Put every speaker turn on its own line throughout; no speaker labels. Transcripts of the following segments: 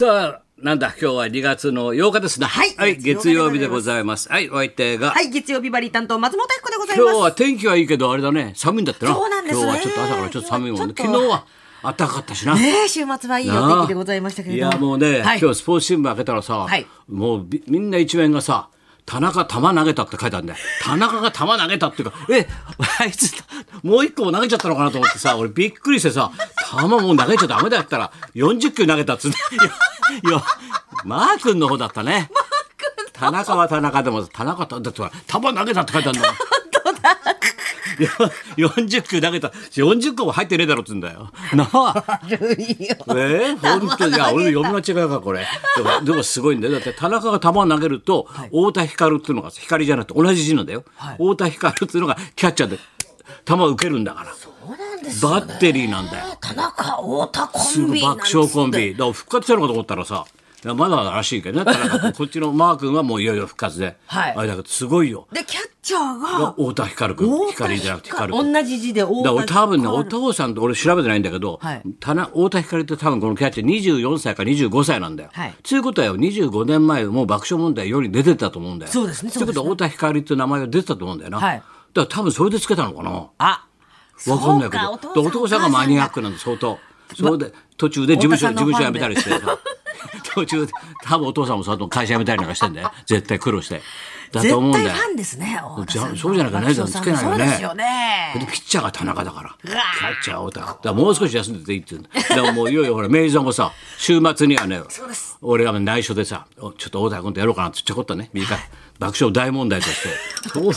さあ、なんだ、今日は2月の8日ですね。
はい
月曜日でございます。はい、お相手が。
はい、月曜日バリ担当松本彦でござい
今
ます。
日は天気はいいけど、あれだね、寒いんだってな。
そうなんですね
今日はちょっと朝からちょっと寒いもんね。
今
昨
日は
日は暖かかったしな。
ねえ、週末はいいお天気でございましたけれども。
いやもうね、
はい、
今日スポーツ新聞開けたらさ、
はい
もうびみんな一面がさ田中球投げたって書いてあるんだよ。田中が球投げたっていうか、え、あいつ、もう一個も投げちゃったのかなと思ってさ、俺びっくりしてさ、球もう投げちゃダメだったら、40球投げたっつって、いやいや、マー君の方だったね。田中は田中でも、田中と、だってほら、球投げたって書いてあるんだもん。いや40球投げた40個も入ってねえだろっつうんだよ。なあ。
悪いよ。
えー、本当にいや俺の読み間違いかこれでもでもすごいんだよだって田中が球を投げると、太田光っていうのが光じゃなくて同じ字なんだよ、太田光っていうのがキャッチャーで球を受けるんだから
そうなんですよ
バッテリーなんだよ
田中太田コ
す
ン
ぐ
ビなん
爆
ですって
笑コンビだから復活したのかと思ったらさいやまだらしいけどね田中君こっちのマー君はもういよいよ復活で、
はい
あれだけどすごいよ
で、キャッチャーが、
太田光君光じゃなくて光君
同じ字で
だから
太
俺
田
多分ね、お
光
父さんと俺調べてないんだけど、
はい
田中太田光って多分このキャッチャー24歳か25歳なんだよ。
はい
ということはよ、25年前も爆笑問題より出てたと思うんだよ。
そうですね
ということは太田光って名前が出てたと思うんだよな。
はい
だから多分それでつけたのかな。わ
あ、そう
かんないけど。
か
でお父さんがマニアッ
ク。
クなんで相当。そうで、途中で事務所、事
太田さん
務
の
所辞め
ファン
たり
で
してさ。途中で、多分お父さんもその会社辞めたりなんかしてんだよ。絶対苦労して。だと思うん
絶
だよ
対。ファンですね、太田さん
じ
の。
ゃそうじゃなきゃねでもつけないよね
そうですよね
で。 ピッチャーが田中だから、キ
う
ャ
わー
ッチャーは太田。だからもう少し休んでていいって言うんだ。だからもういよいよほら、明治座もさ、週末にはね
です、
俺が内緒でさ、おちょっと太田君とやろうかなってちょこっとね、短い。爆笑大問題と して。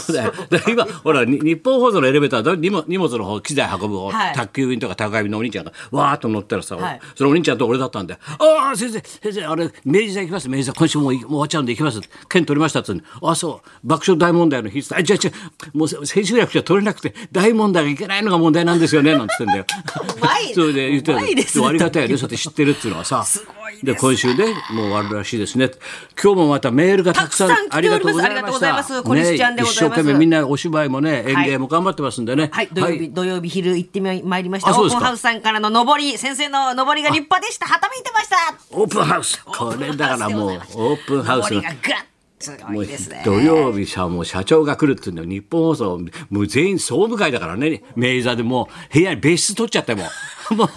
そうだよ。だから今、ほら、に日本放送のエレベーターだ、荷物荷物の方、機材運ぶ方、
はい
宅急便とか宅配便のお兄ちゃんが、わーっと乗ったらさ、
はい
そのお兄ちゃんと俺だったんで、ああ、先生、先生、あれ、明治座行きます、明治座、今週もういもう終わっちゃうんで行きます、券取りましたっつうんであそう、爆笑大問題の日っつって、あ、じゃあ、違う、もう先週役じゃ取れなくて、大問題がいけないのが問題なんですよね、なんつってんだよ。
うまい
それで言って
うまいですね
ありがたいよね、そうやって知ってるっていうのはさ、
すごいですね
で、今週ね、もう終わるらしいですね。今日もまたメールがたくさん、
たくさん来ておりますありがとうございますコリスちゃんでござ
ね一
います
生懸命みんなお芝居もね、演芸も頑張ってますんでね。
はい、土曜日、
はい
土曜日昼行ってまいりまし
あ
た。オ
そうで
ー
す
プ
か
ンハウスさんからの上り、先生の上りが立派でした。はためいてました。
オープンハウス。これだからもう、オープンハウス
上
の
りがガッすごいですね。
土曜日さもう社長が来るっていうんだよ日本放送もう全員総務会だからね明治座でもう部屋に別室取っちゃっても うもう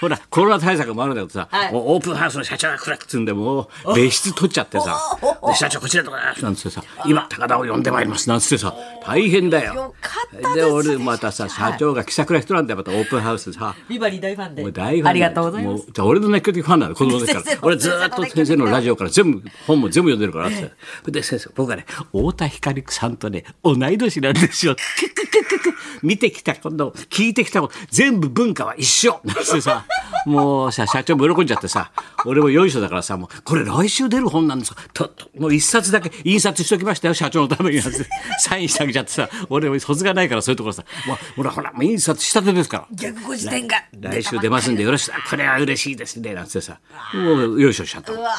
ほらコロナ対策もあるんだけどさ、
はい
もうオープンハウスの社長が来るっつうんでもう別室取っちゃってさ「で社長こちらとかな」なんつってさ「今高田を呼んでまいります」なんつってさ大変だよ。
よかったですね
で俺またさ
社長
社長が気さくな人なんだよまたオープンハウスさ。
ビバリー大ファンで。
もう大ファン
ありがとうございます。
す。俺の熱狂的ファンなの、子供の時か
先
ら
生。
俺ずーっと先生のラジオから全部、本も全部読んでるからって。で、先生、僕はね、太田光さんとね、同い年なんですよ。クククククク見てきたこと、聞いてきたこと、全部文化は一緒なんてさ、もうさ、社長も喜んじゃってさ、俺もよいしょだからさ、もう、これ来週出る本なんですよ。と、ともう一冊だけ印刷しときましたよ、社長のためになんて。サインしてあげちゃってさ、俺も卒がないからそういうところさ、もう、ほらほら、もう印刷したてですから。
逆語辞典が。
来週出ますんでよろしくこれは嬉しいですねなんつってさもうよいしょしちゃったも
うわ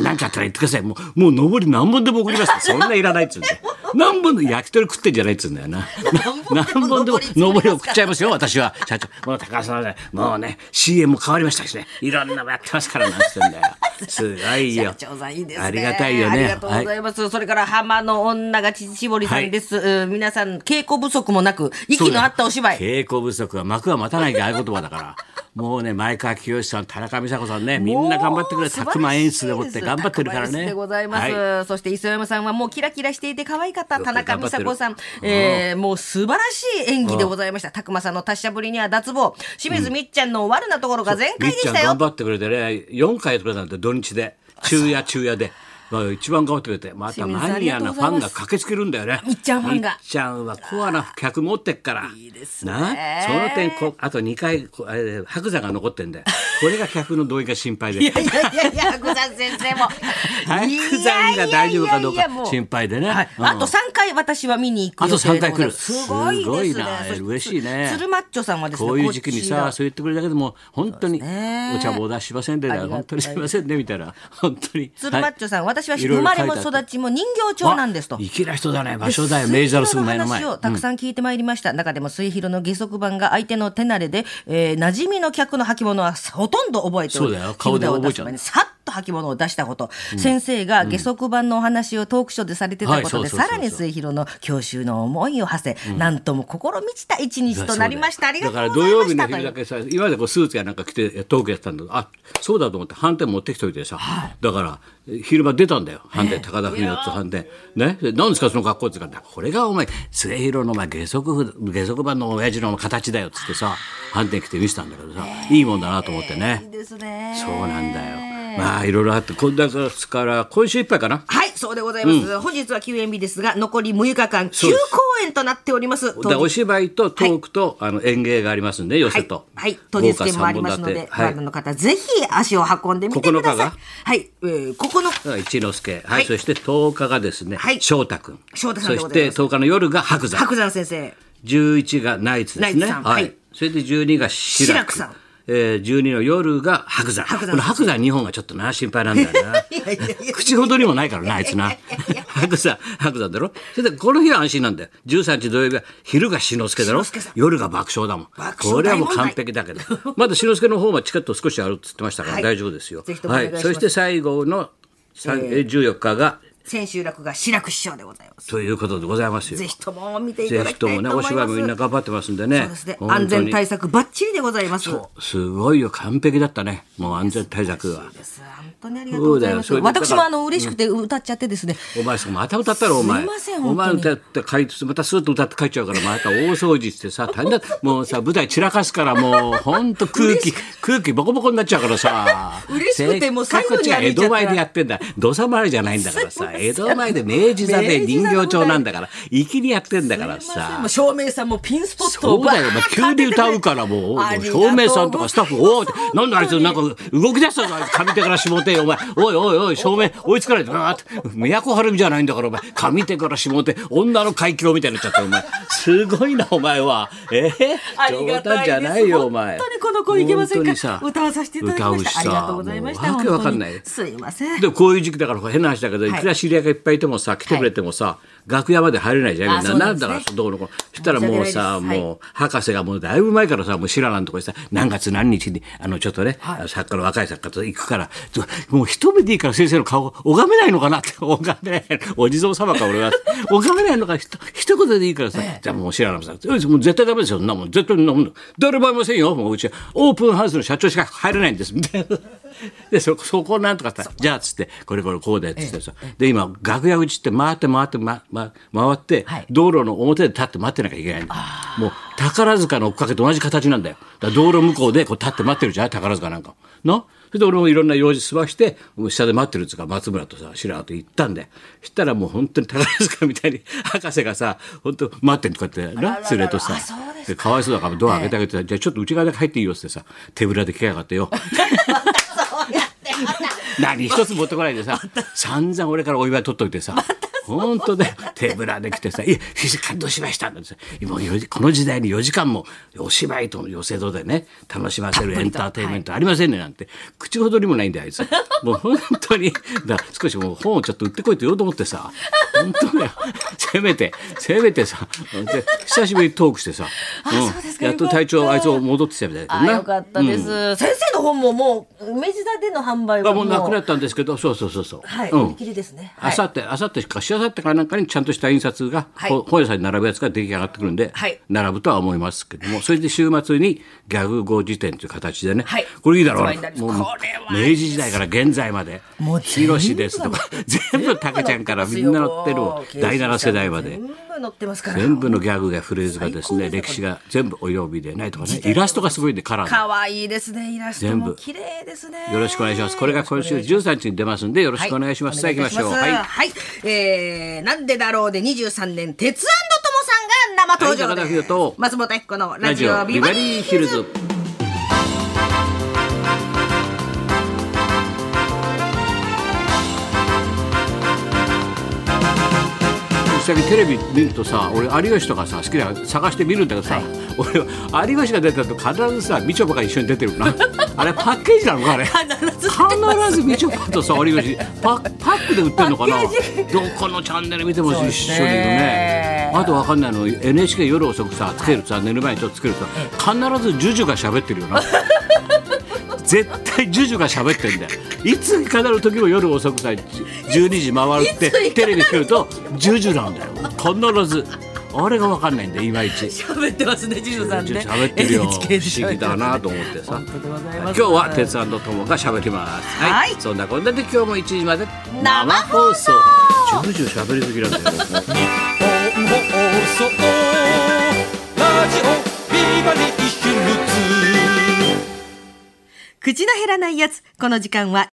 う何かあったら言ってくださいもうもう登り何本でも送りますってそんないらないっつうんだよ何本の焼き鳥食ってんじゃないっつうんだよな
何
何本
本
で
で
も
も
登りを送っちゃいますよ私は社長もう高橋さんはねもうね CM も変わりましたしねいろんなのやってますからなんつってん だよすごいよ
社長さんいいですね。
ありがたいよね
ありがとうご
は
ざいます。それから浜の女が乳搾りさんです。うん皆さん稽古不足もなく息の合ったお芝居。
稽古不足は幕は待たないが合言葉だ から。もうね、前川清さん、田中美佐子さんね、みんな頑張ってくれ、
もう素
佐
晴らし
久
い
間演出でもって頑張ってるから
佐久間演出
ね。
でございます、
は
そして磯山さんはもうキラキラしていて可愛かった
よく
田
頑張って
中
る
美佐子さん、えーもう素晴らしい演技でございました。拓磨さんの達者ぶりには脱帽。清水みっちゃんの悪なところが全
み
開
っ
で
ち
し
ゃん
た
頑
よ。
張ってくれてね、4回やってくれたんだって、土日で。昼夜中夜で。まあ、一番頑張ってくれて、また
清水さん
マニアなファンが駆けつけるんだよね。
みっちゃんファンが
みっちゃんはコアな客持ってっから。いい
ですね
なその点こう、あと2回、こうあれ白山が残ってんだよ。これが客の同意が心配で。
いやい やいやいや、白山先生も。
白山が大丈夫かどう
いや
か
いやいやも
心配でね。
はい
うん
あと3回私は見に行く予定でござい
あ
ます
と
す
三
ご
回来るすごい
いですね
な
そして
嬉しいね
つるマッチョさんはですね
こういう時期に
こちら
さそう言ってくれるだけでも本当に
うですね
お茶もお出ししませんで
ありがたい
本当にすみませんねみたいな 本当に
鶴マッチョさん、
はい
私はい
ろい
生
ろ
まれも
書いてあって
育ちも人形町なんですと
あ。粋な人だね場所だよ明治座のすぐ前の前
水広話をたくさん聞いてまいりました。中でも水広の下足版が相手の手慣れで、えー馴染みの客の履物はほとんど覚えてお
そ
り
うだよ顔で覚えちゃう
気分では出す前にさっと履物を出したこと、先生が下足版のお話をトークショーでされてた
は
こと
い
で、
そうそうそう
さ
そう
らに末広の教習の思いを馳せ、なんとも心満ちた一日となりました。ありがとうございました。
だから土曜日の
とい
昼
う
だけさ今までこうスーツやなんか着てトークやってたんだけどあそうだと思って反転持ってきといてさ、だからえ昼間出たんだよ反転高田文夫って反転ねで何ですかその格好って言うからこれがお前末広のお前下足ふ下足版の親父の形だよっつってさ反転着て見せたんだけどさいいもんだなと思ってね、
いいですね。
そうなんだよまあいろいろあってこんだから今週いっぱいかな
はい、そうでございます。本日は休演日ですが、残り6日間、
そ
休
う
公
です
演となっております。
だからお芝居とトークと、あの演芸がありますんで寄
は
せ
い
と、、
はい、当日券もあり
豪
ま
華
す
三
の
本立
で
て、
ご覧の方、ぜひ足を運んでみてくだ
9日
さい
が。
はい、えー、ここの、
が一之輔、はい、
はい
そして10日がですね、
はい
翔太君、
翔太さんで
そ
ご
し
ざい
て
ます
10日の夜が白山、
白山先生。
11がナイツです
ナイ
ね、
ツさんはい
それで12が志らく
志らくさん。
えー、12の夜が白山。
白山
この白山日本がちょっとな、心配なんだよな。
いやいや いや
口ほどにもないからな、あいつ な。白山、白山だろそれで、この日は安心なんだよ。13日土曜日は昼が志の輔だろ
志の輔さん
夜が爆笑だもん。
爆
こ
笑
れは
大問題
もう完璧だけど。まだ志の輔の方はチケット少しあるって言ってましたから、
はい
大丈夫ですよ。
ぜひともお願いします
そして最後の三えー14日が、
千秋楽が志らく師匠でございます。
ということでございますよ。
ぜひとも見ていた
ぜ
だ
ひ
きた
と
いと
も
思い
ね、
ます。
お芝居もみんな頑張ってますんでね。
そうですね。
本当に
安全対策バッチリでございます。そ
すごいよ、完璧だったね。もう安全対策は
う。です。本当にありがとうございます。
そうだよそれで
私もあの嬉しくて歌っちゃってですね。
お前そこまた歌ったろお前
すいません
お前
本当
歌って帰ってまたスーッと歌って帰っちゃうからまた大掃除してさ大変だもうさ舞台散らかすからもうほんと空気空気ボコボコになっちゃうからさ
嬉しくてもう最後に
せっかくこっちは江戸前でやってんだ土佐回りじゃないんだから
すいま
さ
せん
江戸前で明治座で
明治
人
座の
形町なんだから粋にやってんだから
すいません
さ
もう照明さんもピンスポット
そ
を
う
バ
だ
ー
よ、お前
ッ
急に歌うからもう、
ありがとう
照明さんとかスタッフ、おお、なんだあいつ、なんか動き出したぞ、あいつ上手から下手、お前、おいおいおい、照明追いつかないと、なーって、都はるみじゃないんだから、お前、上手から下手、女の海峡みたいになっちゃった、お前。すごいな、お前は。え
あ
ー、冗
りがた
談
い
じ
です
ゃないよ、お前。
本当にこの声いけませ
本
ん
当
か
にさ
歌わさせていただきましたあり
歌うしさ
がとうございまし
も
た
うわけわかんない
本当にすいません
でもこういう時期だから変な話だけど、い、
はい
くら知り合いがいっぱいいてもさ来てくれてもさ、楽屋まで入れないじゃんみんな
あそう
な
なんん
だ
です
から
ね
どうのこうのそしたらもうさ
申し訳ないです
もう博士がもうだいぶ前からさもう知らなんとこにさ何月何日にあのちょっとね、
はい
作家の若い作家と行くからちょもう一目でいいから先生の顔を拝めないのかなって 拝めないお地蔵様か俺は拝めないのかひと一言でいいからさ、じゃあもう知らなんさんもう絶対ダメですよそんなもん絶対そんなもん誰もいませんよもううちはオープンハウスの社長しか入れないんです みたいな。でそそこをなんとかさじゃあっつってこれこれこうでっつってさ、で今楽屋口って回って回って、まま、回って、
はい
道路の表で立って待ってなきゃいけないんだもう宝塚の追っかけと同じ形なんだよだから道路向こうでこう立って待ってるじゃん宝塚なんかなそれで俺もいろんな用事済ましてもう下で待ってるっつうから松村とさ白と行ったんでそしたらもう本当に宝塚みたいに 博士がさ本当待ってんとかってな連れとさ
あそうで
で
すか
かわいそうだからドア開けてあげてさ、じゃあちょっと内側だけ入っていいよっつってさ手ぶらで来やがってよ何一つ持ってこないで さ散々俺からお祝い取っといてさ本当だよ手ぶらで来てさ「いや感動しました」なんてさ今よじこの時代に4時間もお芝居と寄せ堂でね楽しませるエンターテインメントありませんねなんて口ほどにもないんだよあいつもう本当にだから少しもう本をちょっと売ってこいって言おうと思ってさ本当だよせめてせめてさで久しぶりにトークしてさ、
そうです
うん、
か
やっと体
よ
調
かった
あいつ戻ってきたみたいだけど
あ
な
よかったです、先生の本ももう明治座での販売
まあ
は
もうなくな
っ
ったんですけど、そうそうそうそう。
はい、
う
売り
ん
切。りですね、は
あ
い
さって、あさってか、しあさってかなんかにちゃんとした印刷が、
はい
ほ本屋さんに並ぶやつが出来上がってくるんで、
はい
並ぶとは思いますけども、それで週末にギャグ語辞典という形でね、
はい
これいいだろう
発売になります
もう
これはい
明
いです
治時代から現在まで、
もう
ひろしですとか、全部竹ちゃんからみんな載ってるわ第7世代まで
全。部載ってますから
全部のギャグやフレーズがですね、
最高ですね
歴史が全部お曜日でないとかね、イラストがすごいんで、カラーの。
可愛いですねイラスト
全
も
部
綺麗ですね
よろしくお願いします。これが今週
よろしくお願いします
13日に出ますんで、よろしくお願いします。
は
さあ行きましょう。
お願
はい
いますはい、えー、なんでだろうで23年、鉄腕ともさんが生登場
はい中田
で
秀
す、
と
松本明子のラ
ラ
ジ
ジ
オ
オ
ビ
ビ
バ
バ
リ
リ
ー
ー
ヒ
ヒ
ル
ル
ズ
ズ。最近テレビ見るとさ俺有吉とかさ好きな探して見るんだけどさ、俺は有吉が出たと必ずさみちょぱが一緒に出てる なあれパッケージなのかあれ
必ず
必ずみちょぱとさ有吉パパックで売ってるのかな
パッケ
どこのチャンネル見ても
そう
一
です
緒
ね
にいるねあとわかんないの NHK 夜遅くさつけるとさ寝る前にちょっとつけるとさ必ずジュジュが喋ってるよな 絶対ジュジュが喋ってんだよいついかなる時も夜遅くさ12時回るって
いついかなる時
テレビ見るとジュジュなんだよ必ずあれが分かんないんだよいまいち。
喋ってますね、ジュジュさんね。
喋ってるよ
NHK で
不思議だなと思ってさ
本当でござい
今
ます
日は鉄腕と友が喋ります
はい
そんなこんなで今日も1時まで
生放送
ジュジュ喋りすぎなんだよもう
日本放送ラジオビバリーヒルズ
口の減らないやつ。この時間は